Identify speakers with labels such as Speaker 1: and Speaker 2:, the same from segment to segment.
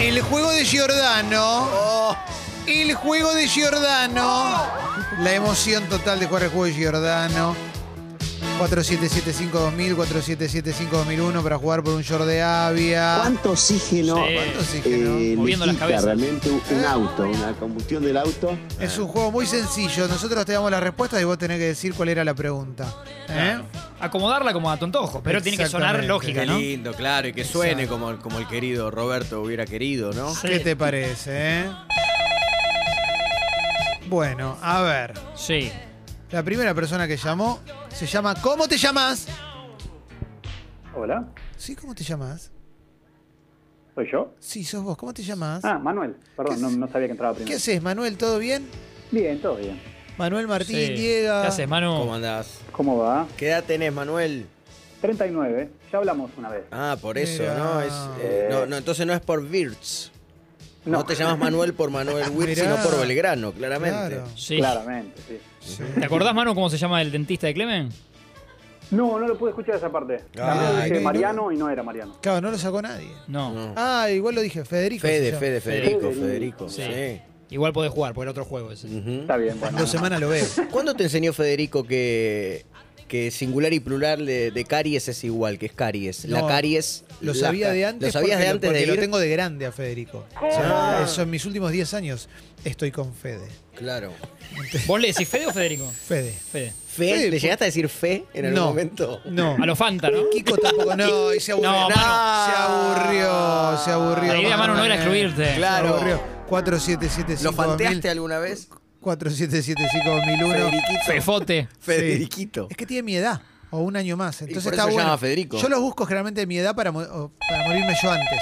Speaker 1: El juego de Giordano. El juego de Giordano. La emoción total de jugar el juego de Giordano. 4775-2000, 4775-2001 para jugar por un short de Avia.
Speaker 2: ¿Cuánto oxígeno?
Speaker 3: Sí.
Speaker 1: ¿Cuánto oxígeno?
Speaker 2: eh,
Speaker 3: Moviendo
Speaker 2: le
Speaker 3: las
Speaker 2: quita
Speaker 3: cabezas.
Speaker 2: Realmente un auto, una combustión del auto.
Speaker 1: Es un juego muy sencillo. Nosotros te damos la respuesta y vos tenés que decir cuál era la pregunta. ¿Eh?
Speaker 3: Acomodarla como a tu antojo, pero tiene que sonar
Speaker 1: Exactamente.
Speaker 3: lógica,
Speaker 4: Qué
Speaker 3: ¿no?
Speaker 4: lindo, claro, y que suene como, como el querido Roberto hubiera querido, ¿no?
Speaker 3: Sí.
Speaker 1: ¿Qué te parece? eh? Bueno, a ver.
Speaker 3: Sí.
Speaker 1: La primera persona que llamó se llama ¿Cómo te llamas?
Speaker 5: Hola,
Speaker 1: Sí, ¿cómo te llamas?
Speaker 5: ¿soy yo?
Speaker 1: Sí, sos vos. ¿Cómo te llamas?
Speaker 5: Ah, Manuel,
Speaker 1: ¿Qué
Speaker 5: perdón, no,
Speaker 1: haces?
Speaker 5: no sabía que entraba primero.
Speaker 1: ¿Qué haces, Manuel? ¿Todo bien?
Speaker 5: Bien, todo bien.
Speaker 1: Manuel Martín
Speaker 3: sí.
Speaker 1: llega.
Speaker 3: ¿Qué haces,
Speaker 4: ¿Cómo
Speaker 3: Manu?
Speaker 4: andás?
Speaker 5: ¿Cómo va?
Speaker 4: ¿Qué edad tenés, Manuel?
Speaker 5: 39, ya hablamos una vez.
Speaker 4: Ah, por eso,
Speaker 1: Mirá.
Speaker 4: ¿no? Es, eh, no, no, entonces no es por Wirtz. No. te llamas Manuel por Manuel Wirtz,
Speaker 1: Mirá.
Speaker 4: sino por Belgrano, claramente.
Speaker 1: Claro.
Speaker 3: Sí.
Speaker 5: Claramente, sí.
Speaker 1: Sí.
Speaker 3: ¿Te acordás, Manu, cómo se llama el dentista de Clemen?
Speaker 5: No, no lo pude escuchar esa parte.
Speaker 4: Ah,
Speaker 5: Dije
Speaker 1: qué
Speaker 5: Mariano y no era Mariano.
Speaker 1: Claro, no lo sacó nadie.
Speaker 3: No.
Speaker 4: No.
Speaker 1: Ah, igual lo dije, Federico. se
Speaker 4: Fede,
Speaker 1: llama.
Speaker 4: Fede, Federico,
Speaker 5: Fede.
Speaker 4: Federico.
Speaker 3: Sí.
Speaker 4: Sí.
Speaker 3: Igual podés jugar, porque era otro juego ese.
Speaker 1: Mm.
Speaker 4: Ujú.
Speaker 5: Está bien,
Speaker 1: En
Speaker 5: bueno.
Speaker 1: dos semanas lo veo.
Speaker 4: ¿Cuándo te enseñó Federico que, que singular y plural de, de caries es igual, que es caries?
Speaker 1: No,
Speaker 4: la caries.
Speaker 1: Lo
Speaker 4: la
Speaker 1: sabía
Speaker 4: ca-
Speaker 1: de antes.
Speaker 4: Lo sabías
Speaker 1: porque
Speaker 4: de
Speaker 1: lo-
Speaker 4: antes
Speaker 1: porque
Speaker 4: de
Speaker 1: lo
Speaker 4: ir?
Speaker 1: tengo de grande a Federico.
Speaker 4: Ah.
Speaker 1: Eso en mis últimos 10 años estoy con Fede.
Speaker 4: Claro.
Speaker 3: ¿Vos le decís Fede o Federico?
Speaker 1: Fede.
Speaker 3: Fede.
Speaker 4: Fe,
Speaker 1: Sí,
Speaker 4: ¿Le
Speaker 1: por-
Speaker 4: llegaste a decir fe en algún
Speaker 1: No.
Speaker 4: momento?
Speaker 1: No.
Speaker 3: A lo Fanta, ¿no?
Speaker 1: Kiko tampoco. No, y se aburrió.
Speaker 3: No, Manu.
Speaker 1: se aburrió, se aburrió.
Speaker 3: La idea, Manu, no era excluirte.
Speaker 1: Claro.
Speaker 4: Claro.
Speaker 1: Se aburrió. 4775
Speaker 4: ¿Lo fanteaste alguna vez?
Speaker 1: 4775 2001.
Speaker 4: Federiquito.
Speaker 3: Fefote.
Speaker 4: Federiquito.
Speaker 1: Es que tiene mi edad, o un año más. Entonces
Speaker 4: por
Speaker 1: está
Speaker 4: eso se
Speaker 1: bueno.
Speaker 4: llama Federico.
Speaker 1: Yo los busco generalmente de mi edad para, mo- o para morirme yo antes.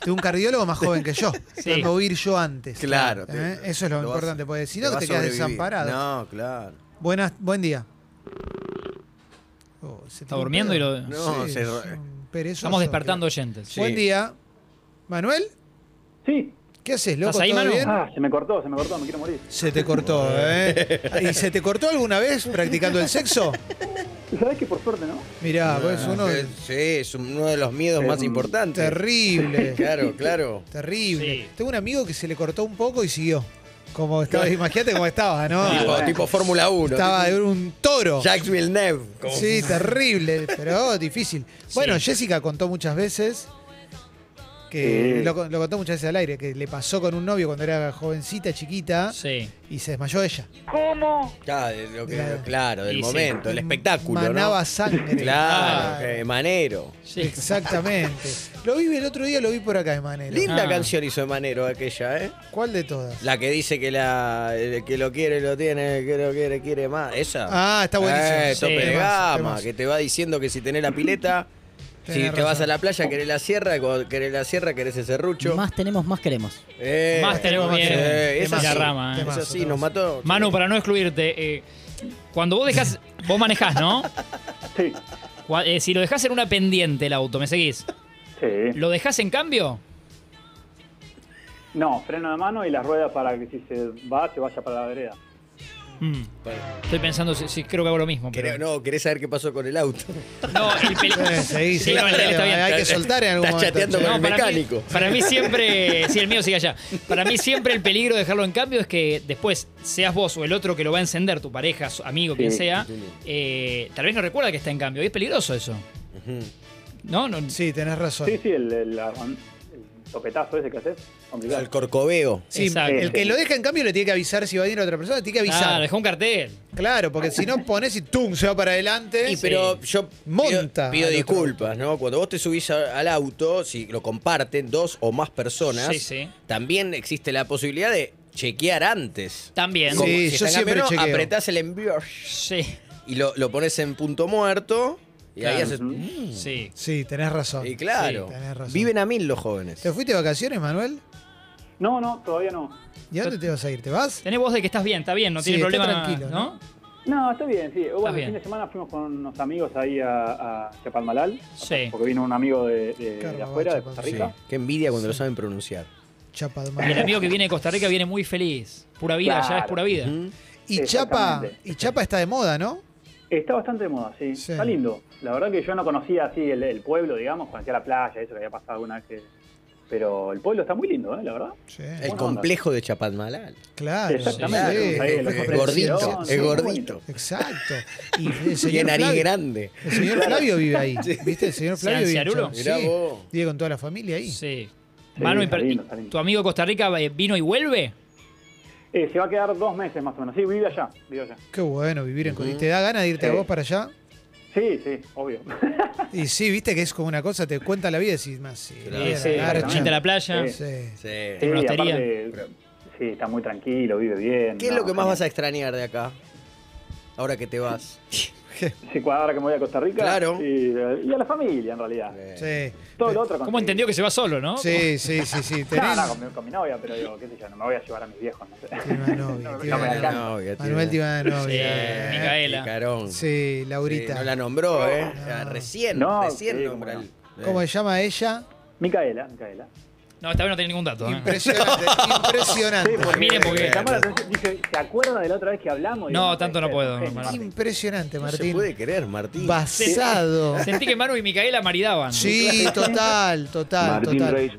Speaker 1: Tengo un cardiólogo más joven que yo.
Speaker 3: Sí.
Speaker 1: Tengo que huir yo antes.
Speaker 4: Claro.
Speaker 1: ¿Eh?
Speaker 4: te-
Speaker 1: Eso es lo,
Speaker 4: vas-
Speaker 1: importante, porque si no,
Speaker 4: vas
Speaker 1: te
Speaker 4: a
Speaker 1: quedas
Speaker 4: sobrevivir.
Speaker 1: desamparado.
Speaker 4: No, claro.
Speaker 1: Buenas, buen día. Oh, se
Speaker 3: Está
Speaker 1: tiró un
Speaker 3: durmiendo y
Speaker 1: pedo.
Speaker 3: lo...
Speaker 4: No,
Speaker 1: Sí,
Speaker 4: se-
Speaker 1: es un perezoso,
Speaker 3: Estamos despertando oyentes.
Speaker 1: creo. Buen día. Manuel,
Speaker 5: Sí.
Speaker 1: ¿qué haces, loco?
Speaker 3: ¿Estás ahí,
Speaker 1: ¿Todo
Speaker 3: Manu?
Speaker 1: bien?
Speaker 5: Ah, se me cortó, se me cortó, me quiero morir.
Speaker 1: Se te cortó, ¿eh? ¿Y se te cortó alguna vez practicando el sexo?
Speaker 5: ¿Sabes que por suerte, no?
Speaker 1: Mirá, pues
Speaker 4: Ah,
Speaker 1: uno
Speaker 4: que- Sí, es uno de los miedos más
Speaker 5: un-
Speaker 4: importantes.
Speaker 1: terrible.
Speaker 4: Claro, claro.
Speaker 1: Terrible.
Speaker 3: Sí.
Speaker 1: Tengo un amigo que se le cortó un poco y siguió. Como estaba, imagínate cómo estaba, ¿no?
Speaker 4: tipo
Speaker 5: bueno.
Speaker 4: tipo Fórmula 1.
Speaker 1: estaba de un toro.
Speaker 4: Jacques Villeneuve. como-
Speaker 1: Sí, terrible, pero difícil. Bueno, Jessica contó muchas veces que
Speaker 5: Sí.
Speaker 1: lo, con- lo contó muchas veces al aire, que le pasó con un novio cuando era jovencita, chiquita,
Speaker 3: Sí.
Speaker 1: y se desmayó ella.
Speaker 4: Claro, de lo que-
Speaker 1: Claro.
Speaker 4: claro, del
Speaker 3: Y sí.
Speaker 4: momento, el espectáculo.
Speaker 1: Manaba
Speaker 4: ¿no?
Speaker 1: sangre. Ah.
Speaker 4: Claro, que Manero.
Speaker 3: Sí.
Speaker 1: Exactamente. Lo vi el otro día, lo vi por acá de manera.
Speaker 4: Linda
Speaker 3: Ah.
Speaker 4: canción hizo de Manero aquella, ¿eh?
Speaker 1: ¿Cuál de todas?
Speaker 4: La que dice que la el que lo quiere, lo tiene, el que lo quiere, quiere más. Esa.
Speaker 1: Ah, está buenísimo.
Speaker 4: Eh,
Speaker 3: Sí,
Speaker 4: tope de
Speaker 3: temazo,
Speaker 4: gama,
Speaker 1: temazo.
Speaker 4: que te va diciendo que si tenés la pileta, si
Speaker 1: Tenés
Speaker 4: te
Speaker 1: razón.
Speaker 4: vas a la playa, querés la sierra, cuando querés la sierra, querés ese serrucho.
Speaker 6: Más tenemos, más queremos.
Speaker 4: Eh,
Speaker 3: Más tenemos bien.
Speaker 4: Eh,
Speaker 3: Temazo.
Speaker 4: esa
Speaker 3: La
Speaker 4: sí,
Speaker 3: rama, eh.
Speaker 4: esa sí,
Speaker 1: Temazo,
Speaker 4: nos mató.
Speaker 3: Manu, para no excluirte, eh, cuando vos dejás... Vos manejás, ¿no?
Speaker 5: Sí,
Speaker 3: Cua- eh, si lo dejás en una pendiente el auto, ¿me seguís?
Speaker 5: sí.
Speaker 3: ¿Lo dejás en cambio?
Speaker 5: No, freno de mano y las ruedas para que si se va, se vaya para la vereda.
Speaker 3: Mm. Estoy pensando, si si creo que hago lo mismo. pero-
Speaker 4: Creo- no, querés saber qué pasó con el auto.
Speaker 3: No, el peli-
Speaker 1: Sí, seguí,
Speaker 3: Sí,
Speaker 1: seguí.
Speaker 3: no, el- está bien.
Speaker 1: Hay que soltar en algún
Speaker 4: Estás
Speaker 1: momento.
Speaker 4: chateando con
Speaker 3: No,
Speaker 4: el
Speaker 3: para mí-
Speaker 4: mecánico.
Speaker 3: Para mí, siempre, si el mío sigue allá, para mí siempre el peligro de dejarlo en cambio es que después seas vos o el otro que lo va a encender, tu pareja, su amigo, quien
Speaker 5: Sí,
Speaker 3: sea, eh, tal vez no recuerda que está en cambio. Y es peligroso eso. No, no.
Speaker 1: Sí, tenés razón.
Speaker 5: Sí, sí, el, el, el topetazo ese que haces, complicado.
Speaker 4: El corcoveo.
Speaker 1: Sí,
Speaker 3: Exacto.
Speaker 1: el que lo deja en cambio le tiene que avisar si va a venir otra persona, tiene que
Speaker 3: Ah,
Speaker 1: avisar.
Speaker 3: dejó un cartel.
Speaker 1: Claro, porque si no pones y ¡tum! se va para adelante.
Speaker 4: Y pero yo pido-
Speaker 1: Monta
Speaker 4: pido,
Speaker 1: al otro
Speaker 4: disculpas, ¿no? Cuando vos te subís a- al auto, si lo comparten dos o más personas,
Speaker 3: Sí, sí.
Speaker 4: también existe la posibilidad de chequear antes.
Speaker 3: También.
Speaker 4: Como
Speaker 1: Sí,
Speaker 4: si
Speaker 1: yo
Speaker 4: está en
Speaker 1: siempre
Speaker 4: cambio,
Speaker 1: chequeo.
Speaker 4: Apretás el envío
Speaker 3: Sí,
Speaker 4: y lo, lo pones en punto muerto y ahí
Speaker 3: Claro.
Speaker 4: haces...
Speaker 3: sí.
Speaker 1: Sí, tenés razón.
Speaker 4: Y claro,
Speaker 1: Sí, tenés razón.
Speaker 4: viven a mil los jóvenes.
Speaker 1: ¿Te fuiste de vacaciones, Manuel?
Speaker 5: No, no, todavía no.
Speaker 1: ¿Y a dónde te vas a ir? ¿Te vas?
Speaker 3: Tenés voz de que estás bien, está bien, no
Speaker 1: Sí,
Speaker 3: tiene
Speaker 1: está
Speaker 3: problema.
Speaker 1: tranquilo, ¿no?
Speaker 3: ¿no?
Speaker 5: No, está bien, sí. Bueno,
Speaker 3: bien.
Speaker 5: el fin de semana fuimos con unos amigos ahí a, a Chapalmalal,
Speaker 3: Sí.
Speaker 5: porque vino un amigo de, de- de
Speaker 1: Carnaval,
Speaker 5: afuera, de
Speaker 1: Chapal-
Speaker 5: Costa
Speaker 4: Sí.
Speaker 5: Rica.
Speaker 4: Qué envidia cuando lo saben pronunciar.
Speaker 1: Chapa de
Speaker 3: Y el
Speaker 1: Manuel.
Speaker 3: amigo que viene de Costa Rica viene muy feliz. Pura vida, ya es
Speaker 5: Claro.
Speaker 3: pura vida.
Speaker 4: Mm.
Speaker 1: Y Chapa,
Speaker 5: Exactamente.
Speaker 1: y Chapa está de moda, ¿no?
Speaker 5: Está bastante de moda, sí.
Speaker 1: Sí.
Speaker 5: Está lindo. La verdad que yo no conocía así el, el pueblo, digamos, conocía la playa, eso que había pasado alguna vez que, Pero el pueblo está muy lindo, ¿eh? La verdad.
Speaker 1: Sí.
Speaker 4: El complejo de Chapadmalal.
Speaker 1: Claro.
Speaker 5: Exactamente.
Speaker 1: sí,
Speaker 5: Ahí, el
Speaker 1: complejo
Speaker 5: complejo
Speaker 4: Es
Speaker 1: de
Speaker 5: Presidencial,
Speaker 4: gordito,
Speaker 5: sí,
Speaker 4: es
Speaker 5: muy
Speaker 4: gordito.
Speaker 1: Exacto. Y el
Speaker 4: Tiene
Speaker 1: señor
Speaker 4: nariz
Speaker 1: Flavio,
Speaker 4: grande.
Speaker 1: el señor Flavio vive ahí. ¿Viste? El señor Flavio vive en
Speaker 3: Ciarulo?
Speaker 1: Chaco.
Speaker 4: Mirá
Speaker 1: Sí.
Speaker 4: vos.
Speaker 1: Vive con toda la familia ahí.
Speaker 3: Sí.
Speaker 5: Sí,
Speaker 3: Manu, y
Speaker 5: está
Speaker 3: per-
Speaker 5: lindo, está lindo.
Speaker 3: ¿tu amigo de Costa Rica eh, vino y vuelve?
Speaker 5: Eh, se va a quedar dos meses más o menos. Sí, vive allá. Vive allá.
Speaker 1: Qué bueno vivir en Córdoba. ¿Y ¿Te da ganas de irte a
Speaker 5: Sí.
Speaker 1: vos para allá?
Speaker 5: Sí, sí, obvio.
Speaker 1: Y sí, viste que es como una cosa, te cuenta la vida y decís, más sí,
Speaker 4: Claro.
Speaker 1: la
Speaker 3: Eh, sí,
Speaker 1: garcha.
Speaker 5: exactamente.
Speaker 3: irte a la playa.
Speaker 5: Sí.
Speaker 1: Sí.
Speaker 4: Sí.
Speaker 1: Eh,
Speaker 5: Sí,
Speaker 3: Monastería.
Speaker 5: aparte, sí, está muy tranquilo, vive bien.
Speaker 4: ¿Qué es
Speaker 5: No,
Speaker 4: lo que
Speaker 1: eh.
Speaker 4: más
Speaker 5: genial.
Speaker 4: vas a extrañar de acá? Ahora que te vas.
Speaker 5: Sí, ahora que me voy a Costa Rica.
Speaker 4: Claro.
Speaker 5: Y, eh, y a la familia, en realidad.
Speaker 4: Eh,
Speaker 1: Sí.
Speaker 5: Todo lo otro.
Speaker 3: ¿Cómo entendió que se va solo, no?
Speaker 1: Sí, sí, sí, sí.
Speaker 5: No,
Speaker 1: Tenés
Speaker 5: no, con mi, con mi novia, pero digo, qué sé yo, no me voy a llevar a mis viejos. No sé.
Speaker 1: Tiene una novia,
Speaker 5: No,
Speaker 1: tiene
Speaker 5: no me
Speaker 1: una
Speaker 5: alcanza.
Speaker 1: novia. Manuel tiene una
Speaker 3: Sí,
Speaker 1: novia. eh.
Speaker 3: Micaela.
Speaker 4: Carón.
Speaker 1: Sí,
Speaker 4: Sí,
Speaker 1: Laurita.
Speaker 4: no la nombró, ¿eh? Ah, Recién,
Speaker 5: No,
Speaker 4: recién
Speaker 5: sí,
Speaker 4: nombra
Speaker 5: cómo
Speaker 4: el-
Speaker 1: ¿Cómo
Speaker 4: Eh.
Speaker 1: se llama ella?
Speaker 5: Micaela, Micaela.
Speaker 3: No, esta vez no tenía ningún dato. ¿eh?
Speaker 1: Impresionante,
Speaker 5: Sí,
Speaker 1: impresionante.
Speaker 5: porque
Speaker 3: Miren, porque-
Speaker 5: me llamó la atención, dije, ¿se acuerdan de la otra vez que hablamos?
Speaker 3: No,
Speaker 5: Digo, sé,
Speaker 3: tanto no
Speaker 5: es
Speaker 3: puedo,
Speaker 5: genio.
Speaker 3: no, Martín.
Speaker 1: Impresionante,
Speaker 4: No se
Speaker 1: Martín.
Speaker 4: puede creer, Martín.
Speaker 1: Basado.
Speaker 3: Sentí que Manu y Micaela maridaban.
Speaker 1: Sí, total, total,
Speaker 2: Martín
Speaker 1: Ah, total.
Speaker 2: Reis.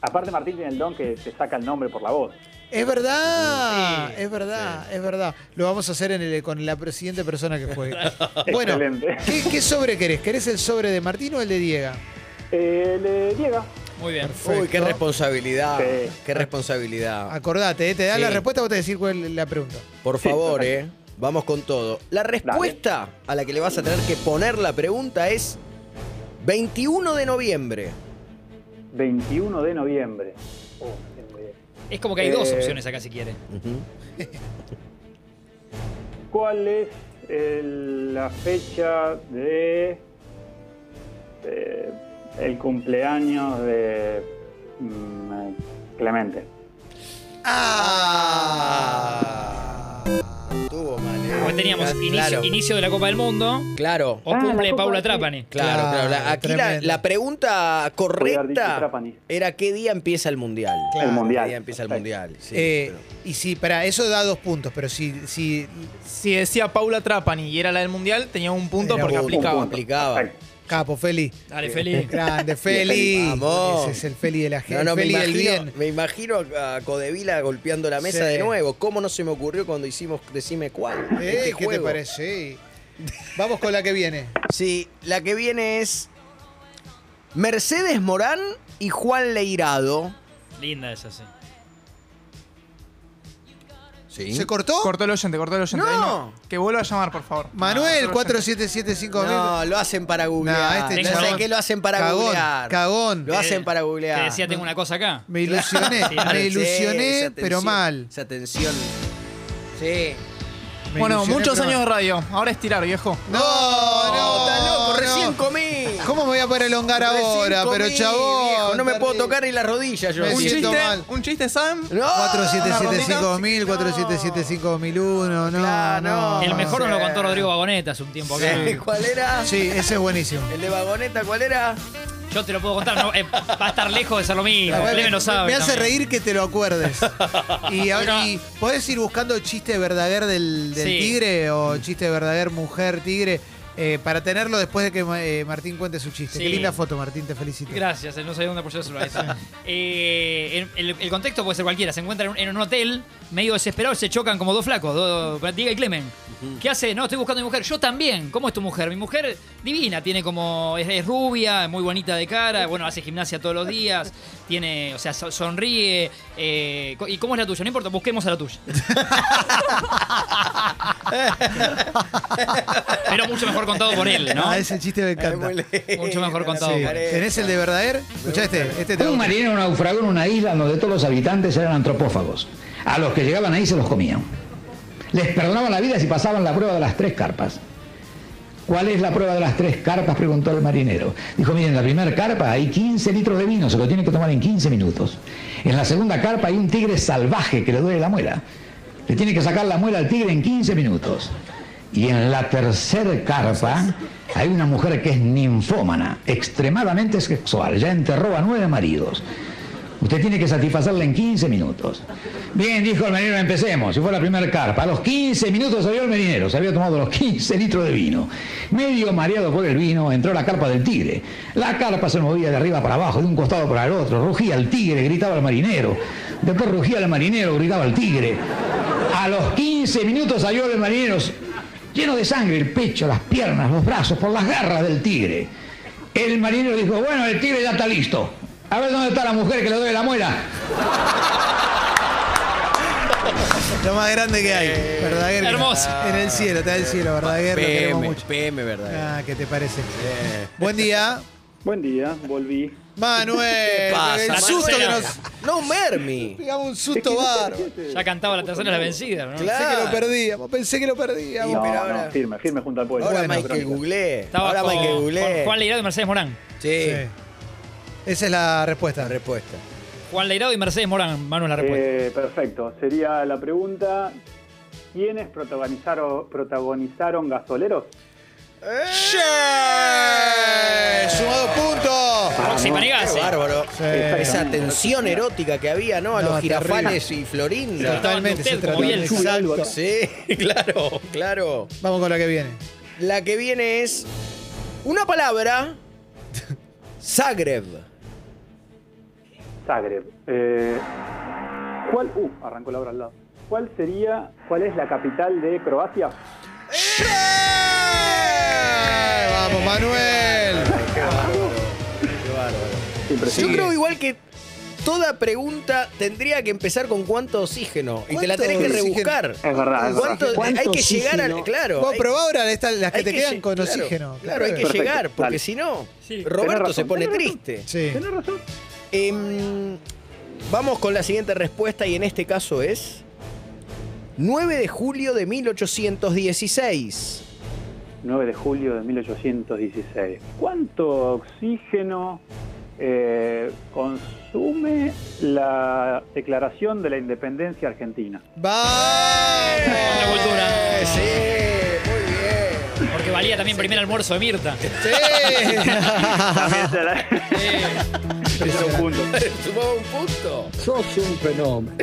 Speaker 5: Aparte Martín tiene el don que te saca el nombre por la voz.
Speaker 1: Es verdad,
Speaker 3: Sí,
Speaker 1: es verdad, es verdad. Lo vamos a hacer en el- con la siguiente persona que juegue. Bueno,
Speaker 5: Excelente.
Speaker 1: ¿qué, qué sobre querés? ¿Querés el sobre de Martín o el de Diego?
Speaker 5: Eh, le llega.
Speaker 3: Muy bien.
Speaker 4: Uy, qué responsabilidad.
Speaker 5: Sí.
Speaker 4: Qué responsabilidad.
Speaker 1: Acordate, ¿eh? te da
Speaker 4: Sí.
Speaker 1: la respuesta, vos te decís cuál es la pregunta.
Speaker 4: Por favor, eh. Vamos con todo. La respuesta a la que le vas a tener que poner la pregunta es 21 de noviembre.
Speaker 5: 21 de noviembre. Oh, no tengo idea.
Speaker 3: Es como que hay dos
Speaker 5: Eh,
Speaker 3: opciones acá si quiere.
Speaker 5: ¿Cuál es eh, la fecha de eh, el cumpleaños de mm, eh, Clemente?
Speaker 4: Ah. Estuvo mal, eh.
Speaker 3: Porque teníamos
Speaker 4: Ah,
Speaker 3: inicio,
Speaker 4: claro,
Speaker 3: inicio de la Copa del Mundo
Speaker 4: Claro.
Speaker 3: o
Speaker 5: Ah,
Speaker 3: cumple
Speaker 5: la
Speaker 3: de
Speaker 5: Copa
Speaker 3: Paula
Speaker 5: del-
Speaker 3: Trapani.
Speaker 4: Claro, claro. La-
Speaker 1: Claro,
Speaker 4: Aquí la,
Speaker 1: tremendo.
Speaker 4: la pregunta
Speaker 5: Podría haber dicho
Speaker 4: correcta
Speaker 5: Trapani.
Speaker 4: era qué día empieza el mundial.
Speaker 1: Claro.
Speaker 5: el
Speaker 4: ¿Qué
Speaker 5: mundial.
Speaker 4: día empieza el
Speaker 5: Perfecto.
Speaker 4: mundial? Sí,
Speaker 1: Eh,
Speaker 4: pero-
Speaker 1: Y si, para eso da dos puntos, pero si, si
Speaker 6: Si decía Paula Trapani y era la del mundial, tenía un punto
Speaker 1: Era
Speaker 6: porque
Speaker 1: un
Speaker 6: aplicaba.
Speaker 5: punto.
Speaker 4: Aplicaba.
Speaker 5: Perfecto.
Speaker 1: capo, Feli.
Speaker 3: Dale, Feli.
Speaker 1: Grande, Feli.
Speaker 4: Vamos.
Speaker 1: Ese es el Feli de la gente.
Speaker 4: No, no, me
Speaker 1: Feli del
Speaker 4: imagino,
Speaker 1: bien.
Speaker 4: me imagino a Codevila golpeando la mesa
Speaker 1: Sí.
Speaker 4: de nuevo. ¿Cómo no se me ocurrió cuando hicimos Decime cuál?
Speaker 1: Eh,
Speaker 4: este
Speaker 1: ¿Qué te
Speaker 4: juego?
Speaker 1: parece? Vamos con la que viene.
Speaker 4: Sí, la que viene es Mercedes Morán y Juan Leirado.
Speaker 3: Linda esa, sí.
Speaker 4: Sí.
Speaker 1: ¿Se cortó?
Speaker 6: Cortó el oyente, cortó el oyente.
Speaker 4: No.
Speaker 6: Ahí Que vuelva a llamar, por favor.
Speaker 1: Manuel,
Speaker 6: No, cortó el oyente.
Speaker 1: 4775
Speaker 4: No, lo hacen para googlear.
Speaker 1: No, este
Speaker 4: No
Speaker 3: chabón-
Speaker 4: sé qué lo hacen para
Speaker 1: Cagón,
Speaker 4: googlear.
Speaker 1: cagón.
Speaker 4: Lo hacen para googlear.
Speaker 3: Te decía, tengo una cosa acá.
Speaker 1: Me ilusioné,
Speaker 3: Sí,
Speaker 1: me
Speaker 3: sí,
Speaker 1: ilusioné,
Speaker 4: Sí, esa
Speaker 1: pero
Speaker 4: tensión,
Speaker 1: mal.
Speaker 4: Esa tensión. Sí.
Speaker 1: Me
Speaker 6: Bueno,
Speaker 1: ilusioné,
Speaker 6: muchos
Speaker 1: pero
Speaker 6: años de
Speaker 1: mal.
Speaker 6: radio. Ahora es tirar, viejo.
Speaker 1: No,
Speaker 4: No,
Speaker 1: no,
Speaker 4: Oh, está loco, recién
Speaker 1: no.
Speaker 4: comí.
Speaker 1: ¿Cómo me voy a poder elongar
Speaker 4: Recién
Speaker 1: ahora? Pero
Speaker 4: comí,
Speaker 1: chabón.
Speaker 4: viejo, no me puedo
Speaker 1: terrible.
Speaker 4: tocar ni las rodillas yo.
Speaker 1: Me
Speaker 6: Un
Speaker 1: siento
Speaker 6: chiste,
Speaker 1: mal.
Speaker 6: un chiste, ¿saben?
Speaker 4: No.
Speaker 1: 4775 4775 no,
Speaker 4: Claro,
Speaker 1: no.
Speaker 4: no.
Speaker 3: El mejor nos lo
Speaker 4: sí.
Speaker 3: contó Rodrigo Vagoneta hace un tiempo acá.
Speaker 4: Sí, ¿Cuál era?
Speaker 1: Sí, ese es buenísimo.
Speaker 4: ¿El de vagoneta cuál era?
Speaker 3: Yo te lo puedo contar, no, eh, va a estar lejos de ser lo mismo. Clemen lo sabe.
Speaker 1: me hace
Speaker 3: también.
Speaker 1: reír que te lo acuerdes. Y, ahora,
Speaker 3: Mira.
Speaker 1: y podés ir buscando chiste Verdaguer del, del
Speaker 3: Sí.
Speaker 1: tigre o chiste Verdaguer mujer tigre eh, para tenerlo después de que eh, Martín cuente su chiste.
Speaker 3: Sí.
Speaker 1: Qué linda foto, Martín, te felicito.
Speaker 3: Gracias, eh, no sabía dónde apoyar el celular. ahí está. Eh, el, el- el contexto puede ser cualquiera. Se encuentran en un, en un hotel, medio desesperados, se chocan como dos flacos, dos- Diego y Clemen. ¿Qué hace? No, estoy buscando a mi mujer. Yo también. ¿Cómo es tu mujer? Mi mujer divina, tiene como. Es, es rubia, muy bonita de cara, bueno, hace gimnasia todos los días, tiene. O sea, so- sonríe. eh, co- ¿Y cómo es la tuya? No importa, busquemos a la tuya. Pero mucho mejor contado por él, ¿no?
Speaker 1: Ah, ese chiste me encanta.
Speaker 3: Mucho mejor contado
Speaker 1: Sí.
Speaker 3: por él.
Speaker 1: ¿Tenés el de Verdaguer? Escuchá este, este te
Speaker 7: Un
Speaker 3: ¿eh?
Speaker 1: gusta.
Speaker 7: marinero naufragó en una isla donde todos los habitantes eran antropófagos. A los que llegaban ahí se los comían. Les perdonaban la vida si pasaban la prueba de las tres carpas. ¿Cuál es la prueba de las tres carpas? preguntó el marinero. Dijo, miren, en la primera carpa hay 15 litros de vino, se lo tienen que tomar en 15 minutos. En la segunda carpa hay un tigre salvaje que le duele la muela. Le tiene que sacar la muela al tigre en 15 minutos. Y en la tercera carpa hay una mujer que es ninfómana, extremadamente sexual, ya enterró a nueve maridos. Usted tiene que satisfacerla en 15 minutos. Bien, dijo el marinero, empecemos. Si fue la primera carpa. A los 15 minutos salió el marinero. Se había tomado los 15 litros de vino. Medio mareado por el vino, entró a la carpa del tigre. La carpa se movía de arriba para abajo, de un costado para el otro. Rugía el tigre, gritaba al marinero. Después rugía el marinero, gritaba el tigre. A los 15 minutos salió el marinero, lleno de sangre, el pecho, las piernas, los brazos, por las garras del tigre. El marinero dijo, bueno, el tigre ya está listo. A ver dónde está la mujer que le doy la muela.
Speaker 1: Lo más grande que hay. Verdaguer.
Speaker 3: Eh, hermoso.
Speaker 1: En el cielo, está en el cielo, Verdaguer. Lo queremos
Speaker 4: PM,
Speaker 1: mucho.
Speaker 4: PM, verdad.
Speaker 1: Ah, ¿qué te parece? Buen día.
Speaker 5: Buen día, volví.
Speaker 1: Manuel.
Speaker 4: pasa,
Speaker 1: Ah. el susto que
Speaker 3: Manuel?
Speaker 1: nos.
Speaker 4: No, Mermi.
Speaker 1: Pegamos un susto bárbaro.
Speaker 3: Ya cantaba la tercera la vencida, ¿no?
Speaker 4: Claro.
Speaker 1: Pensé que lo perdíamos, pensé que lo perdíamos.
Speaker 5: No,
Speaker 4: pero
Speaker 5: no,
Speaker 4: ahora-
Speaker 5: firme, firme junto al pueblo.
Speaker 4: Ahora
Speaker 5: Bueno,
Speaker 4: Michael
Speaker 5: crónica.
Speaker 4: Google.
Speaker 3: Estaba
Speaker 4: Ahora
Speaker 3: con,
Speaker 4: Michael
Speaker 3: con
Speaker 4: Google.
Speaker 3: Juan Leirado y Mercedes Morán.
Speaker 4: Sí,
Speaker 1: Sí. Esa es la respuesta.
Speaker 4: la respuesta.
Speaker 3: Juan Leirado y Mercedes Morán, Manu es la respuesta.
Speaker 5: Eh, perfecto. Sería la pregunta: ¿quiénes protagonizaron, protagonizaron gasoleros?
Speaker 1: ¡Yeah! Sumado punto.
Speaker 3: Próxima
Speaker 4: Qué bárbaro. Eh, Esa
Speaker 5: Exactamente.
Speaker 4: tensión erótica que había, ¿no? A
Speaker 1: No,
Speaker 4: los girafales
Speaker 1: terrible.
Speaker 4: y Florinda.
Speaker 3: Estaba-
Speaker 1: Totalmente, se
Speaker 3: Usted,
Speaker 1: trató
Speaker 3: como
Speaker 1: de
Speaker 3: bien.
Speaker 1: exacto.
Speaker 4: Sí, claro, claro.
Speaker 1: Vamos con la que viene.
Speaker 4: La que viene es una palabra. Zagreb.
Speaker 5: Zagreb. Eh, ¿Cuál? Uh, arrancó la obra al lado. ¿Cuál sería, cuál es la capital de Croacia?
Speaker 1: ¡Yeah! ¡Eh! Vamos, Manuel.
Speaker 4: Yo
Speaker 5: Impresionante.
Speaker 4: creo igual que toda pregunta tendría que empezar con cuánto oxígeno. Y te la
Speaker 1: ¿Cuánto
Speaker 4: tenés que
Speaker 1: oxígeno?
Speaker 4: rebuscar.
Speaker 5: Es verdad, es
Speaker 4: ¿Cuánto-
Speaker 5: verdad.
Speaker 4: hay
Speaker 2: ¿Cuánto
Speaker 4: que llegar al.
Speaker 2: oxígeno?
Speaker 4: Claro.
Speaker 1: Vos
Speaker 4: hay-
Speaker 1: probá ahora estas, las que
Speaker 4: hay
Speaker 1: te quedan
Speaker 4: lle-
Speaker 1: con
Speaker 4: claro,
Speaker 1: oxígeno.
Speaker 4: Claro, hay que
Speaker 5: Perfecto,
Speaker 4: llegar, porque
Speaker 5: dale.
Speaker 4: si no,
Speaker 3: Sí.
Speaker 5: Tenés
Speaker 4: Roberto
Speaker 5: razón,
Speaker 4: se pone
Speaker 5: tenés razón.
Speaker 4: triste.
Speaker 1: Sí.
Speaker 5: Tenés razón.
Speaker 4: Em, vamos con la siguiente respuesta y en este caso es 9 de julio de 1816.
Speaker 5: 9 de julio de 1816. ¿Cuánto oxígeno eh, consume la declaración de la independencia argentina?
Speaker 3: Otra
Speaker 1: ¡Vamos!
Speaker 3: cultura.
Speaker 4: Sí, muy bien.
Speaker 3: Porque valía también primer almuerzo de Mirta.
Speaker 5: También se la- Es un punto.
Speaker 4: Sumamos un punto.
Speaker 2: Sos un fenómeno.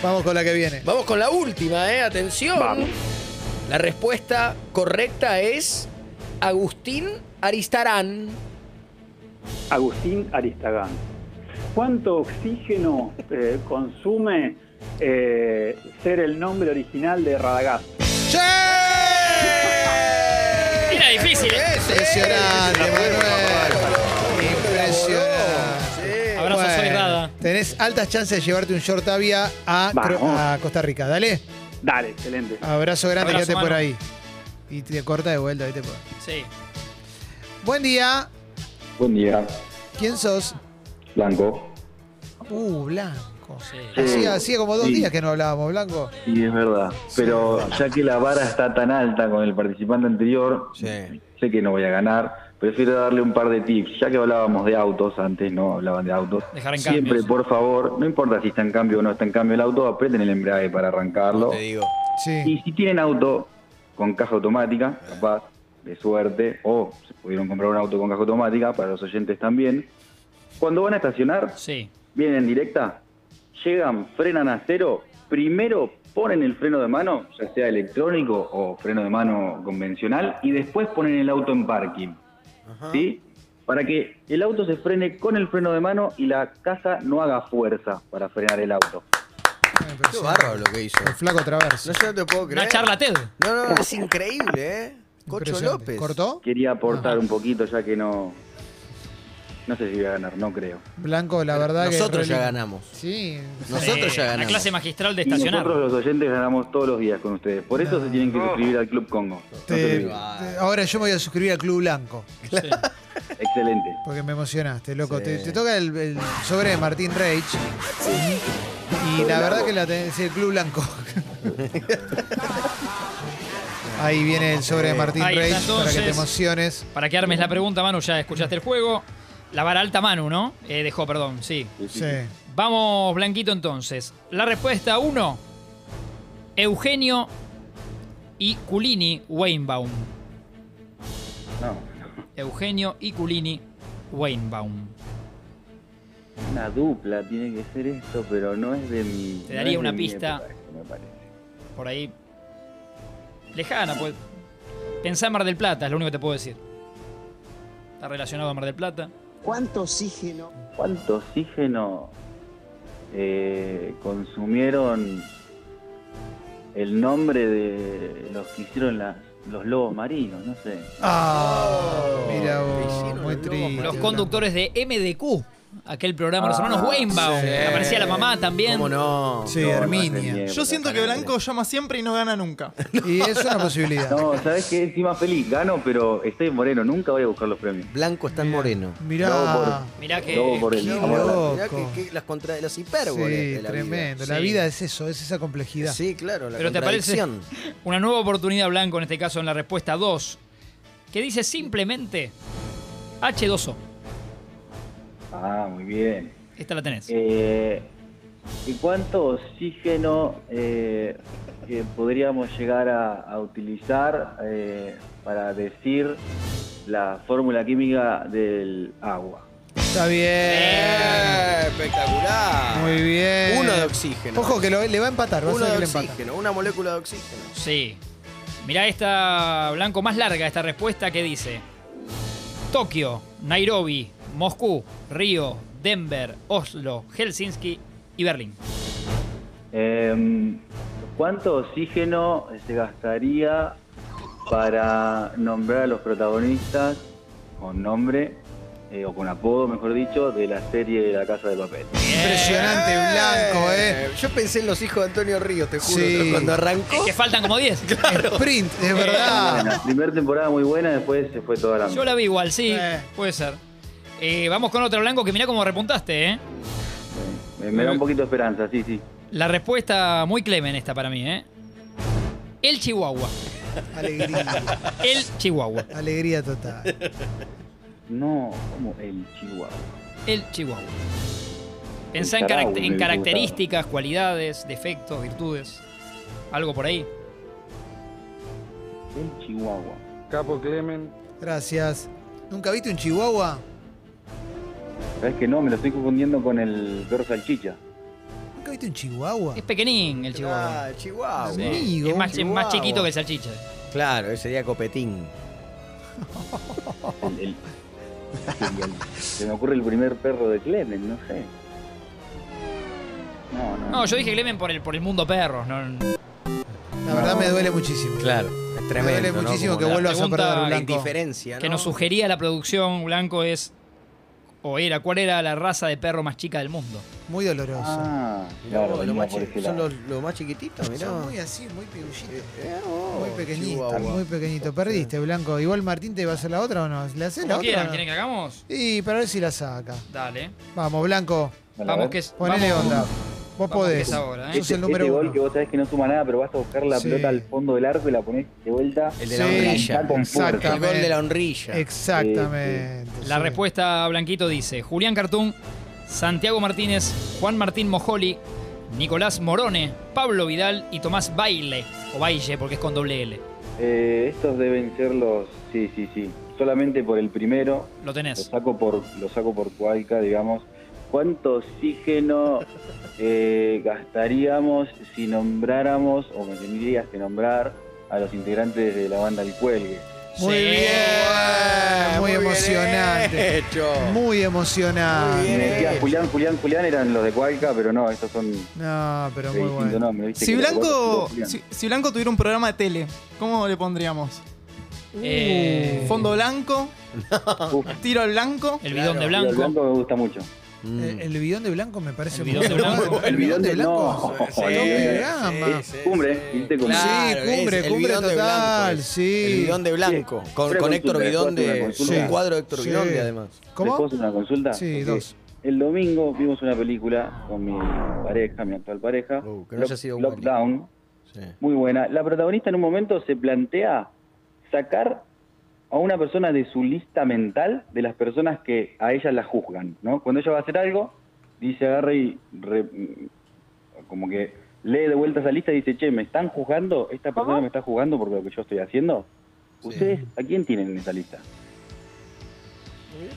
Speaker 1: Vamos con la que viene.
Speaker 4: Vamos con la última, ¿eh? Atención.
Speaker 5: Vamos.
Speaker 4: La respuesta correcta es Agustín Aristarán.
Speaker 5: Agustín Aristagán. ¿Cuánto oxígeno eh, consume eh, ser el nombre original de Radagast?
Speaker 3: Era difícil, ¿eh?
Speaker 1: Impresionante, Manuel. Impresionante.
Speaker 3: Abrazo, soy Rada.
Speaker 1: Tenés altas chances de llevarte un short avia a,
Speaker 5: Vamos.
Speaker 1: Cro- a Costa Rica. Dale.
Speaker 5: Dale, excelente.
Speaker 1: Abrazo grande,
Speaker 3: Abrazo,
Speaker 1: quédate por
Speaker 3: mano.
Speaker 1: ahí. Y te corta de vuelta, ahí te puedo.
Speaker 3: Sí.
Speaker 1: Buen día.
Speaker 8: Buen día,
Speaker 1: ¿Quién sos?
Speaker 8: Blanco.
Speaker 1: Uh, Blanco.
Speaker 3: Sí.
Speaker 1: Hacía, hacía como dos
Speaker 8: Sí.
Speaker 1: días que no hablábamos, Blanco.
Speaker 8: Sí, es verdad. Pero ya que la vara está tan alta con el participante anterior, sé que no voy a ganar. Prefiero darle un par de tips. Ya que hablábamos de autos antes, no hablaban de autos.
Speaker 3: Dejar en
Speaker 8: Siempre,
Speaker 3: cambio, sí.
Speaker 8: por favor, no importa si está en cambio o no está en cambio el auto, aprieten el embrague para arrancarlo.
Speaker 4: Te digo.
Speaker 1: Sí.
Speaker 8: Y si tienen auto con caja automática, capaz, de suerte, o se pudieron comprar un auto con caja automática, para los oyentes también, cuando van a estacionar,
Speaker 3: Sí.
Speaker 8: vienen en directa, llegan, frenan a cero, primero ponen el freno de mano, ya sea electrónico o freno de mano convencional, y después ponen el auto en parking. ¿Sí? Para que el auto se frene con el freno de mano y la casa no haga fuerza para frenar el auto.
Speaker 4: Qué bárbaro lo que hizo.
Speaker 1: El flaco traverso.
Speaker 4: No, yo no te puedo creer.
Speaker 3: Una charla TED.
Speaker 4: No, no, no, es increíble, ¿eh? Cocho
Speaker 1: Impresionante.
Speaker 4: López.
Speaker 1: ¿Cortó?
Speaker 8: Quería aportar un poquito ya que no... No sé si voy a ganar, no creo.
Speaker 1: Blanco, la verdad que.
Speaker 4: Nosotros ya
Speaker 1: realmente-
Speaker 4: ganamos.
Speaker 1: Sí.
Speaker 4: Nosotros
Speaker 3: Sí,
Speaker 4: ya ganamos.
Speaker 3: La clase magistral de
Speaker 8: Y
Speaker 3: estacionar.
Speaker 8: nosotros los oyentes ganamos todos los días con ustedes. Por eso se tienen que suscribir al Club Congo. No se
Speaker 1: Te-
Speaker 8: olviden.
Speaker 1: Este, te- ahora yo me voy a suscribir al Club Blanco.
Speaker 8: Excelente.
Speaker 1: Porque me emocionaste, loco.
Speaker 4: Sí.
Speaker 1: Te, te toca el, el sobre de Martín Reich. Y la verdad que la tenés el Club Blanco. Ahí viene el sobre de Martín
Speaker 3: Ahí
Speaker 1: Reich
Speaker 3: está,
Speaker 1: para que te
Speaker 3: entonces.
Speaker 1: emociones.
Speaker 3: Para que armes la pregunta, Manu, ya escuchaste el juego. La vara alta, Manu, ¿no? Eh, dejó, perdón, sí.
Speaker 1: Sí.
Speaker 3: Vamos, Blanquito, entonces. La respuesta 1. Eugenio y Culini Weinbaum.
Speaker 8: No.
Speaker 3: Eugenio y Culini Weinbaum.
Speaker 8: Una dupla tiene que ser esto, pero no es de mi.
Speaker 3: Te
Speaker 8: no
Speaker 3: daría
Speaker 8: es de
Speaker 3: una
Speaker 8: mi
Speaker 3: pista.
Speaker 8: época esto, me parece.
Speaker 3: Por ahí. Lejana, pues. Pensá en Mar del Plata, es lo único que te puedo decir. Está relacionado a Mar del Plata.
Speaker 2: ¿Cuánto oxígeno?
Speaker 8: ¿Cuánto oxígeno eh, consumieron el nombre de los que hicieron las- los lobos marinos? No sé.
Speaker 1: Ah, mira vos,
Speaker 4: Oh. hicieron
Speaker 1: muy
Speaker 4: los lobos,
Speaker 1: triste.
Speaker 3: Los conductores de MDQ, aquel programa, los hermanos
Speaker 8: Ah,
Speaker 3: Weinbaum.
Speaker 1: sí.
Speaker 3: Aparecía la mamá también.
Speaker 4: ¿Cómo no?
Speaker 1: Sí,
Speaker 8: No, no es de mi
Speaker 1: Herminia.
Speaker 8: época,
Speaker 6: Yo siento que
Speaker 8: no,
Speaker 6: Blanco llama siempre y no gana nunca.
Speaker 1: Y es una posibilidad.
Speaker 8: No, sabes que encima feliz, gano, pero estoy moreno, nunca voy a buscar los premios.
Speaker 4: Blanco es tan moreno.
Speaker 1: Mirá.
Speaker 8: No,
Speaker 3: Mirá Ah, que.
Speaker 8: Lobo por el
Speaker 1: qué
Speaker 8: amor al arte.
Speaker 1: loco.
Speaker 4: Mirá que, que las, contra, las hipérboles
Speaker 1: Sí,
Speaker 4: de la
Speaker 1: tremendo.
Speaker 3: vida.
Speaker 1: La
Speaker 3: Sí.
Speaker 1: vida es eso, es esa complejidad.
Speaker 4: vida. Sí, claro, la
Speaker 3: Pero te parece
Speaker 4: contradicción.
Speaker 3: una nueva oportunidad blanco, en este caso en la respuesta 2, que dice simplemente H2O.
Speaker 8: Ah, muy bien.
Speaker 3: Esta la tenés.
Speaker 8: Eh, ¿Y cuánto oxígeno eh, que podríamos llegar a, a utilizar eh, para decir la fórmula química del agua?
Speaker 1: Está bien.
Speaker 4: ¡Eh, espectacular.
Speaker 1: Muy bien.
Speaker 4: Uno de oxígeno.
Speaker 1: Ojo que lo- le va a empatar, vas
Speaker 4: Uno
Speaker 1: a ver
Speaker 4: de
Speaker 1: que le empata.
Speaker 4: oxígeno, una molécula de oxígeno.
Speaker 3: Sí. Mirá esta blanco más larga, esta respuesta que dice Tokio, Nairobi, Moscú, Río, Denver, Oslo, Helsinki y Berlín.
Speaker 8: Eh, ¿Cuánto oxígeno se gastaría para nombrar a los protagonistas con nombre eh, o con apodo, mejor dicho, de la serie La Casa de Papel?
Speaker 1: Impresionante, Blanco, eh.
Speaker 4: Yo pensé en los hijos de Antonio Ríos, te juro.
Speaker 1: Sí.
Speaker 4: Cuando arrancó.
Speaker 3: Es que faltan como 10.
Speaker 1: Sprint,
Speaker 4: Eh.
Speaker 1: es verdad.
Speaker 8: La primera temporada muy buena, después se fue toda la...
Speaker 3: Ah. Yo la vi igual, sí,
Speaker 1: Eh.
Speaker 3: puede ser. Eh, vamos con otra blanco que mirá cómo repuntaste, ¿eh?
Speaker 8: Me, me da un poquito de esperanza, sí, sí.
Speaker 3: La respuesta muy clemen esta para mí, ¿eh? El Chihuahua.
Speaker 1: Alegría,
Speaker 3: El Chihuahua.
Speaker 1: alegría total.
Speaker 8: No, como el chihuahua.
Speaker 3: El Chihuahua. Pensá en,
Speaker 8: Carahue,
Speaker 3: caract- en
Speaker 8: me hubiera
Speaker 3: características, cualidades, defectos, virtudes. Algo por ahí.
Speaker 8: El chihuahua.
Speaker 5: Capo Clemen.
Speaker 1: Gracias. ¿Nunca viste un chihuahua?
Speaker 8: ¿Sabes que no? Me lo estoy confundiendo con el perro salchicha.
Speaker 1: ¿Nunca viste un chihuahua?
Speaker 3: Es pequeñín
Speaker 1: Eh,
Speaker 3: el Chihuahua.
Speaker 4: Ah, Chihuahua.
Speaker 3: Sí,
Speaker 1: amigo,
Speaker 3: es, más, es más
Speaker 4: Chihuahua.
Speaker 3: chiquito que el salchicha.
Speaker 4: Claro, ese día copetín.
Speaker 8: El- el- se me ocurre el primer perro de Clemen, no sé. No, no.
Speaker 3: No, yo dije Clemen por el, por el mundo perros. No,
Speaker 1: La verdad me duele muchísimo.
Speaker 4: Claro. Es
Speaker 1: me
Speaker 4: tremendo.
Speaker 1: duele
Speaker 4: ¿no?
Speaker 1: muchísimo
Speaker 4: Como
Speaker 1: que
Speaker 4: la
Speaker 1: vuelvas a
Speaker 3: pregunta
Speaker 1: perder, Blanco.
Speaker 4: Indiferencia, ¿no?
Speaker 3: Que nos sugería la producción Blanco es. O era, ¿cuál era la raza de perro más chica del mundo?
Speaker 1: Muy doloroso.
Speaker 8: Ah,
Speaker 4: Mirá
Speaker 8: claro,
Speaker 4: vos, lo
Speaker 8: venía
Speaker 4: más
Speaker 8: por
Speaker 4: chi-
Speaker 8: ese
Speaker 4: son
Speaker 8: lado.
Speaker 4: los, los más chiquititos, mirá. Eh,
Speaker 1: Son muy así, muy piullitos.
Speaker 4: Mirá vos,
Speaker 1: Muy pequeñito,
Speaker 4: Chihuahua.
Speaker 1: muy pequeñito. Perdiste, Blanco. Igual Martín te va a hacer la otra o no. ¿Le haces la
Speaker 3: Como quieran,
Speaker 1: otra? o
Speaker 3: ¿quieren
Speaker 1: no?
Speaker 3: que hagamos?
Speaker 1: Y para ver si la saca.
Speaker 3: Dale.
Speaker 1: Vamos, Blanco.
Speaker 8: Bueno, a
Speaker 3: vamos
Speaker 8: ver.
Speaker 3: que es.
Speaker 1: Ponele
Speaker 3: vamos-
Speaker 1: onda. Vos
Speaker 3: vamos que
Speaker 1: podés.
Speaker 3: es ahora, ¿eh?
Speaker 1: Sos
Speaker 8: Este,
Speaker 1: el número
Speaker 8: este gol
Speaker 1: uno.
Speaker 8: que vos sabés que no suma nada, pero vas a buscar la
Speaker 1: Sí.
Speaker 8: pelota al fondo del arco y la ponés de vuelta.
Speaker 4: El de la
Speaker 1: Sí.
Speaker 4: honrilla.
Speaker 8: Con fuerza.
Speaker 4: El gol de la honrilla.
Speaker 1: Exactamente.
Speaker 3: La
Speaker 1: sí.
Speaker 3: respuesta, Blanquito, dice Julián Cartún, Santiago Martínez, Juan Martín Mojoli, Nicolás Morone, Pablo Vidal y Tomás Baile, o Baile porque es con doble L.
Speaker 8: Eh, estos deben ser los. Sí, sí, sí. Solamente por el primero.
Speaker 3: Lo
Speaker 8: Lo
Speaker 3: tenés.
Speaker 8: saco por, lo saco por Cualca, digamos. ¿Cuánto oxígeno eh, gastaríamos si nombráramos, o me tendrías que nombrar, a los integrantes de la banda El Cuelgue?
Speaker 1: Muy
Speaker 3: Sí.
Speaker 1: bien. Muy,
Speaker 4: bien
Speaker 1: emocionante.
Speaker 4: hecho.
Speaker 1: Muy emocionante.
Speaker 8: Me decía Julián, Julián, Julián eran los de Cualca, pero no, estos son de
Speaker 1: No, pero muy
Speaker 8: distinto
Speaker 1: bueno.
Speaker 8: nombre. ¿viste?
Speaker 6: Si
Speaker 8: Que los
Speaker 6: Blanco,
Speaker 8: otros son Julián.
Speaker 6: si, si Blanco tuviera un programa de tele, ¿cómo le pondríamos?
Speaker 1: Uh.
Speaker 3: Eh,
Speaker 6: Fondo blanco,
Speaker 8: Uf,
Speaker 6: tiro al blanco.
Speaker 3: el bidón de
Speaker 8: Julián
Speaker 3: blanco.
Speaker 8: Blanco me gusta mucho.
Speaker 4: Mm.
Speaker 1: eh, El, el bidón de blanco me parece
Speaker 3: El
Speaker 1: muy
Speaker 3: bidón de
Speaker 1: bueno.
Speaker 3: blanco.
Speaker 1: El bidón de blanco.
Speaker 8: No,
Speaker 1: Tope de
Speaker 8: eh,
Speaker 1: gama.
Speaker 4: Sí,
Speaker 8: Cumbre, viste, cumbre.
Speaker 4: Claro,
Speaker 1: Sí, cumbre,
Speaker 4: es el
Speaker 1: cumbre
Speaker 4: bidón de
Speaker 1: total,
Speaker 4: blanco es.
Speaker 1: sí.
Speaker 4: El bidón de blanco.
Speaker 8: Sí.
Speaker 4: Con,
Speaker 8: Una
Speaker 4: con
Speaker 8: consulta,
Speaker 4: Héctor
Speaker 8: después
Speaker 4: Bidón
Speaker 8: una
Speaker 4: de.
Speaker 8: consulta.
Speaker 4: Un cuadro de Héctor
Speaker 1: Sí.
Speaker 4: Bidón de además.
Speaker 8: ¿Les
Speaker 1: ¿Cómo?
Speaker 8: puedo hacer una consulta?
Speaker 1: Sí,
Speaker 8: Porque
Speaker 1: dos.
Speaker 8: El domingo vimos una película con mi pareja, mi actual pareja.
Speaker 4: Uh, que no haya sido Wally.
Speaker 8: Lockdown,
Speaker 4: Sí.
Speaker 8: muy buena. La protagonista en un momento se plantea sacar a una persona de su lista mental de las personas que a ella la juzgan, ¿no? Cuando ella va a hacer algo, dice agarra y re- como que lee de vuelta esa lista y dice, che, me están juzgando, esta persona me está juzgando por lo que yo estoy haciendo. ¿Ustedes a quién tienen en esa lista?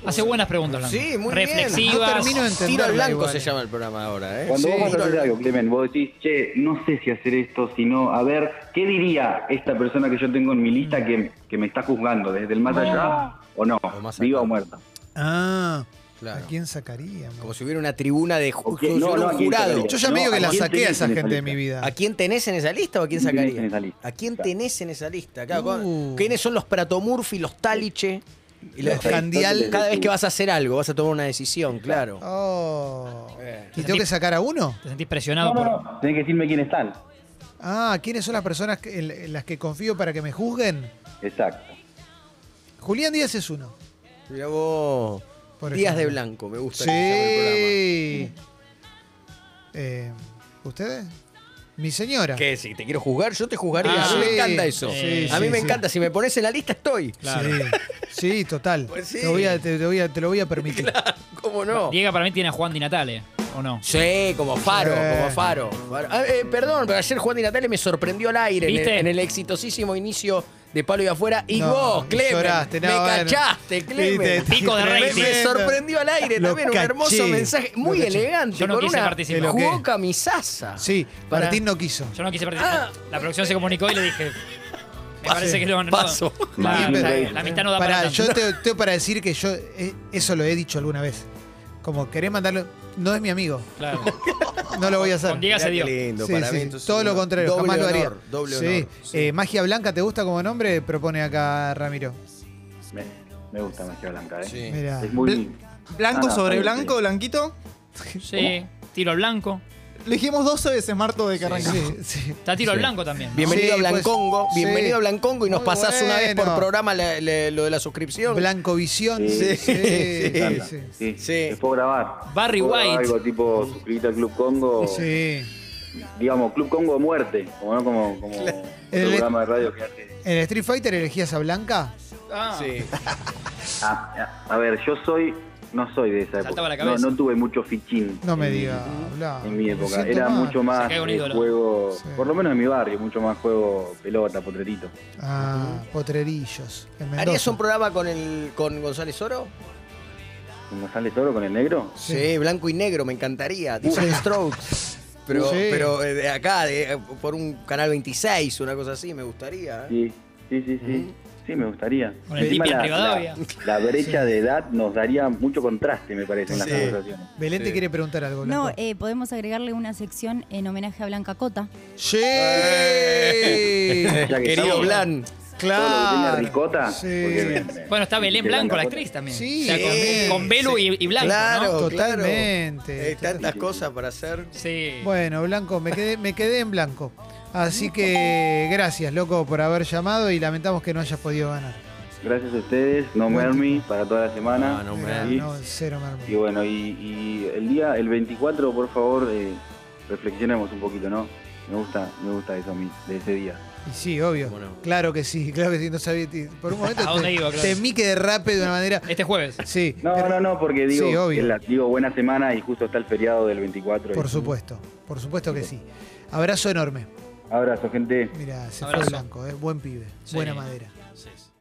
Speaker 3: Hace buenas preguntas, Blanco.
Speaker 4: Sí, muy bien.
Speaker 3: Reflexivas.
Speaker 1: No termino de
Speaker 4: Tiro
Speaker 1: entenderla
Speaker 4: al blanco
Speaker 1: igual. eh.
Speaker 4: se llama el programa ahora, ¿eh?
Speaker 8: Cuando
Speaker 1: Sí,
Speaker 8: vos vas a
Speaker 4: tiro
Speaker 8: hacer
Speaker 4: al-
Speaker 8: algo, Clemen, vos decís, che, no sé si hacer esto, sino, a ver, ¿qué diría esta persona que yo tengo en mi lista que, que me está juzgando? ¿Desde el más allá o no?
Speaker 4: más
Speaker 8: ¿Viva
Speaker 4: acá.
Speaker 8: o muerta?
Speaker 1: Ah,
Speaker 4: Claro.
Speaker 1: ¿a quién sacaría?
Speaker 4: Como si hubiera una tribuna de ju-
Speaker 8: ¿O qué- no,
Speaker 4: un
Speaker 8: no, ¿a quién
Speaker 4: jurado.
Speaker 8: sacaría?
Speaker 1: Yo ya
Speaker 8: No,
Speaker 1: medio que
Speaker 8: ¿a
Speaker 1: la
Speaker 8: quién
Speaker 1: saqué a
Speaker 8: tenés
Speaker 1: esa
Speaker 8: en esa
Speaker 1: gente de
Speaker 8: lista?
Speaker 1: mi vida.
Speaker 4: ¿A quién tenés en esa lista o a quién
Speaker 8: ¿Quién tenés
Speaker 4: sacaría?
Speaker 8: en esa lista?
Speaker 4: ¿A quién tenés en esa lista? Claro,
Speaker 1: Uh.
Speaker 4: ¿Quiénes son los Pratomurphy, los Taliche? Y los
Speaker 1: Los Candial.
Speaker 4: Cada vez que vas a hacer algo, vas a tomar una decisión, claro.
Speaker 1: Oh. ¿Y tengo que sacar a uno?
Speaker 3: Te sentís presionado
Speaker 8: No, no,
Speaker 3: por.
Speaker 8: no. Tenés que decirme quién están.
Speaker 1: Ah, ¿quiénes son las personas que- en- en las que confío para que me juzguen?
Speaker 8: Exacto.
Speaker 1: Julián Díaz es uno.
Speaker 4: Mirá vos.
Speaker 1: Por
Speaker 4: Días
Speaker 1: ejemplo.
Speaker 4: de Blanco, me gusta.
Speaker 1: Sí.
Speaker 4: que se llame el
Speaker 1: Eh, ¿Ustedes? Mi señora.
Speaker 4: programa. ¿Qué? Si te quiero juzgar, yo te juzgaría.
Speaker 3: Ah,
Speaker 4: a mí
Speaker 1: sí.
Speaker 4: me encanta eso.
Speaker 1: Sí,
Speaker 4: a mí
Speaker 1: sí,
Speaker 4: me
Speaker 1: sí.
Speaker 4: encanta. Si me pones en la lista, estoy.
Speaker 1: Sí, sí, total.
Speaker 4: Pues sí.
Speaker 1: Te, voy a- te- te voy a- te lo voy a permitir.
Speaker 4: ¿Cómo no?
Speaker 3: Diego para mí tiene a Juan Di Natale, ¿o no?
Speaker 4: Sí, como faro,
Speaker 1: Sí.
Speaker 4: como faro. Faro. Ah, eh, perdón, pero ayer Juan Di Natale me sorprendió al aire en el,
Speaker 3: ¿Viste?
Speaker 4: en el exitosísimo inicio de Palo y Afuera. Y
Speaker 1: No,
Speaker 4: vos,
Speaker 1: y
Speaker 4: Clemen,
Speaker 1: lloraste, no,
Speaker 4: me
Speaker 1: bueno.
Speaker 4: cachaste, Clemen.
Speaker 1: Viste,
Speaker 3: Pico de
Speaker 4: Me,
Speaker 3: rating.
Speaker 4: me sorprendió al aire
Speaker 1: Lo
Speaker 4: también, un
Speaker 1: caché,
Speaker 4: hermoso mensaje,
Speaker 1: lo
Speaker 4: muy
Speaker 1: caché.
Speaker 4: elegante,
Speaker 3: Yo no
Speaker 4: con
Speaker 3: quise
Speaker 4: una
Speaker 3: participar.
Speaker 1: Lo
Speaker 4: jugó
Speaker 1: que-
Speaker 4: camisaza.
Speaker 1: Sí,
Speaker 4: Para-
Speaker 1: Martín no quiso.
Speaker 3: Yo no quise participar.
Speaker 4: Ah.
Speaker 3: la producción se comunicó y le dije. Me parece que lo no,
Speaker 4: Paso.
Speaker 3: La,
Speaker 1: Bien,
Speaker 3: la-
Speaker 1: pero-
Speaker 3: la amistad no da para,
Speaker 1: Pará,
Speaker 3: tanto.
Speaker 1: yo te, tengo para decir que yo eh, eso lo he dicho alguna vez. Como querés mandarlo. No es mi amigo.
Speaker 3: Claro.
Speaker 1: No lo voy a hacer.
Speaker 3: Con Diego se dio.
Speaker 1: Sí, sí, sí. Todo lo contrario,
Speaker 4: doble
Speaker 1: jamás
Speaker 4: honor,
Speaker 1: lo haría.
Speaker 4: Doble
Speaker 1: Sí.
Speaker 4: honor. Sí.
Speaker 1: Eh, Magia Blanca, ¿te gusta como nombre? Propone acá Ramiro.
Speaker 8: Me, me gusta Magia Blanca, ¿eh?
Speaker 4: Sí.
Speaker 1: Mirá.
Speaker 8: Es muy...
Speaker 6: Blanco
Speaker 8: Ah,
Speaker 6: sobre
Speaker 8: sí,
Speaker 6: blanco,
Speaker 8: sí.
Speaker 6: blanquito.
Speaker 3: Sí. Tiro al blanco.
Speaker 6: Lo dijimos 12 veces, Marto, de que arrancamos.
Speaker 1: Eh, Sí, sí.
Speaker 3: Está tiro al blanco también. ¿no?
Speaker 4: Bienvenido
Speaker 1: Sí,
Speaker 4: a Blancongo,
Speaker 1: pues, sí.
Speaker 4: bienvenido a Blancongo y nos
Speaker 1: Muy
Speaker 4: pasás una vez por
Speaker 1: bueno.
Speaker 4: programa la- la- lo de la suscripción.
Speaker 1: Blanco Visión.
Speaker 8: Sí.
Speaker 1: sí,
Speaker 8: Me encanta.
Speaker 1: sí.
Speaker 8: Sí,
Speaker 4: Sí.
Speaker 8: les puedo grabar.
Speaker 3: Barry
Speaker 8: Puedo grabar
Speaker 3: White.
Speaker 8: Algo tipo suscribirte al Club Congo,
Speaker 1: Sí.
Speaker 8: digamos, Club Congo Muerte, como, ¿no? como, como
Speaker 1: El-
Speaker 8: el programa de radio que hace.
Speaker 1: ¿En Street Fighter elegías a Blanca?
Speaker 3: Ah.
Speaker 4: Sí.
Speaker 8: Ah, a ver, yo soy, no soy de esa
Speaker 3: Saltaba
Speaker 8: época.
Speaker 3: la
Speaker 8: no,
Speaker 3: cabeza.
Speaker 8: no tuve mucho fichín.
Speaker 1: No me
Speaker 8: en mi-
Speaker 1: digas, Blanca.
Speaker 8: En mi
Speaker 1: me
Speaker 8: época.
Speaker 1: siento
Speaker 8: Era
Speaker 1: mal.
Speaker 8: mucho más
Speaker 3: Se cae un
Speaker 8: de
Speaker 3: ídolo.
Speaker 8: juego,
Speaker 1: Sí.
Speaker 8: por lo menos en mi barrio, mucho más juego pelota, potrerito.
Speaker 1: Ah, Potrerillos. En Mendoza.
Speaker 4: ¿Harías un programa con el con González Oro?
Speaker 8: ¿Cómo sale toro con el negro?
Speaker 4: Sí, blanco y negro, me
Speaker 3: Uh.
Speaker 4: encantaría. Different Strokes. Pero,
Speaker 1: Sí.
Speaker 4: pero eh, de acá, de, eh, por un canal 26, una cosa así, me gustaría. ¿eh?
Speaker 8: Sí, sí, sí, sí. Sí, me gustaría.
Speaker 3: Con el
Speaker 8: Encima
Speaker 3: tipi en
Speaker 8: la,
Speaker 3: Rivadavia.
Speaker 8: la, la brecha de edad nos daría mucho contraste, me parece, en las
Speaker 4: Sí.
Speaker 8: conversaciones.
Speaker 1: Belén te quiere preguntar algo,
Speaker 9: No,
Speaker 1: Blanca.
Speaker 9: eh, podemos agregarle una sección en homenaje a Blanca Cota.
Speaker 1: ¡Sí!
Speaker 8: Ya que
Speaker 4: Eh. Querido
Speaker 8: estamos-
Speaker 4: Blan.
Speaker 8: Todo lo que
Speaker 1: ¡Claro!
Speaker 8: tiene Ricota.
Speaker 1: Sí.
Speaker 8: porque-
Speaker 3: Bueno, está Belén
Speaker 8: porque
Speaker 3: Blanco, la
Speaker 8: Cota-
Speaker 3: actriz también.
Speaker 1: Sí.
Speaker 3: O sea,
Speaker 4: Sí.
Speaker 3: con, con Belu y, y Blanco,
Speaker 4: Claro,
Speaker 3: ¿no?
Speaker 1: Totalmente.
Speaker 4: Eh, tantas cosas para hacer.
Speaker 3: Sí.
Speaker 1: Bueno, Blanco, me quedé, me quedé en blanco. Así que gracias, loco, por haber llamado y lamentamos que no hayas podido ganar.
Speaker 8: Gracias a ustedes, no mermi para toda la semana.
Speaker 4: Ah, No, no
Speaker 1: Era,
Speaker 8: Y-
Speaker 1: no, cero mermi.
Speaker 8: Y bueno, y, y el día, el 24, por favor, eh, reflexionemos un poquito, ¿no? Me gusta, me gusta eso a mí, de ese día.
Speaker 1: Y sí, obvio.
Speaker 4: ¿Cómo no?
Speaker 1: Claro que sí, claro que sí. No sabía. ti- Por un momento
Speaker 3: ¿A dónde
Speaker 1: te,
Speaker 3: iba, claro?
Speaker 1: temí que derrape de una manera.
Speaker 3: Este jueves.
Speaker 1: Sí,
Speaker 8: No, no, no, porque digo,
Speaker 1: Sí, obvio.
Speaker 8: que la- digo buena semana y justo está el feriado del 24. y-
Speaker 1: por supuesto. Por supuesto que sí. Abrazo enorme.
Speaker 8: Abrazo, gente.
Speaker 1: Mira, se fue
Speaker 3: Abrazo.
Speaker 1: blanco, eh, buen pibe,
Speaker 3: Sí.
Speaker 1: buena madera.
Speaker 3: Sí, sí.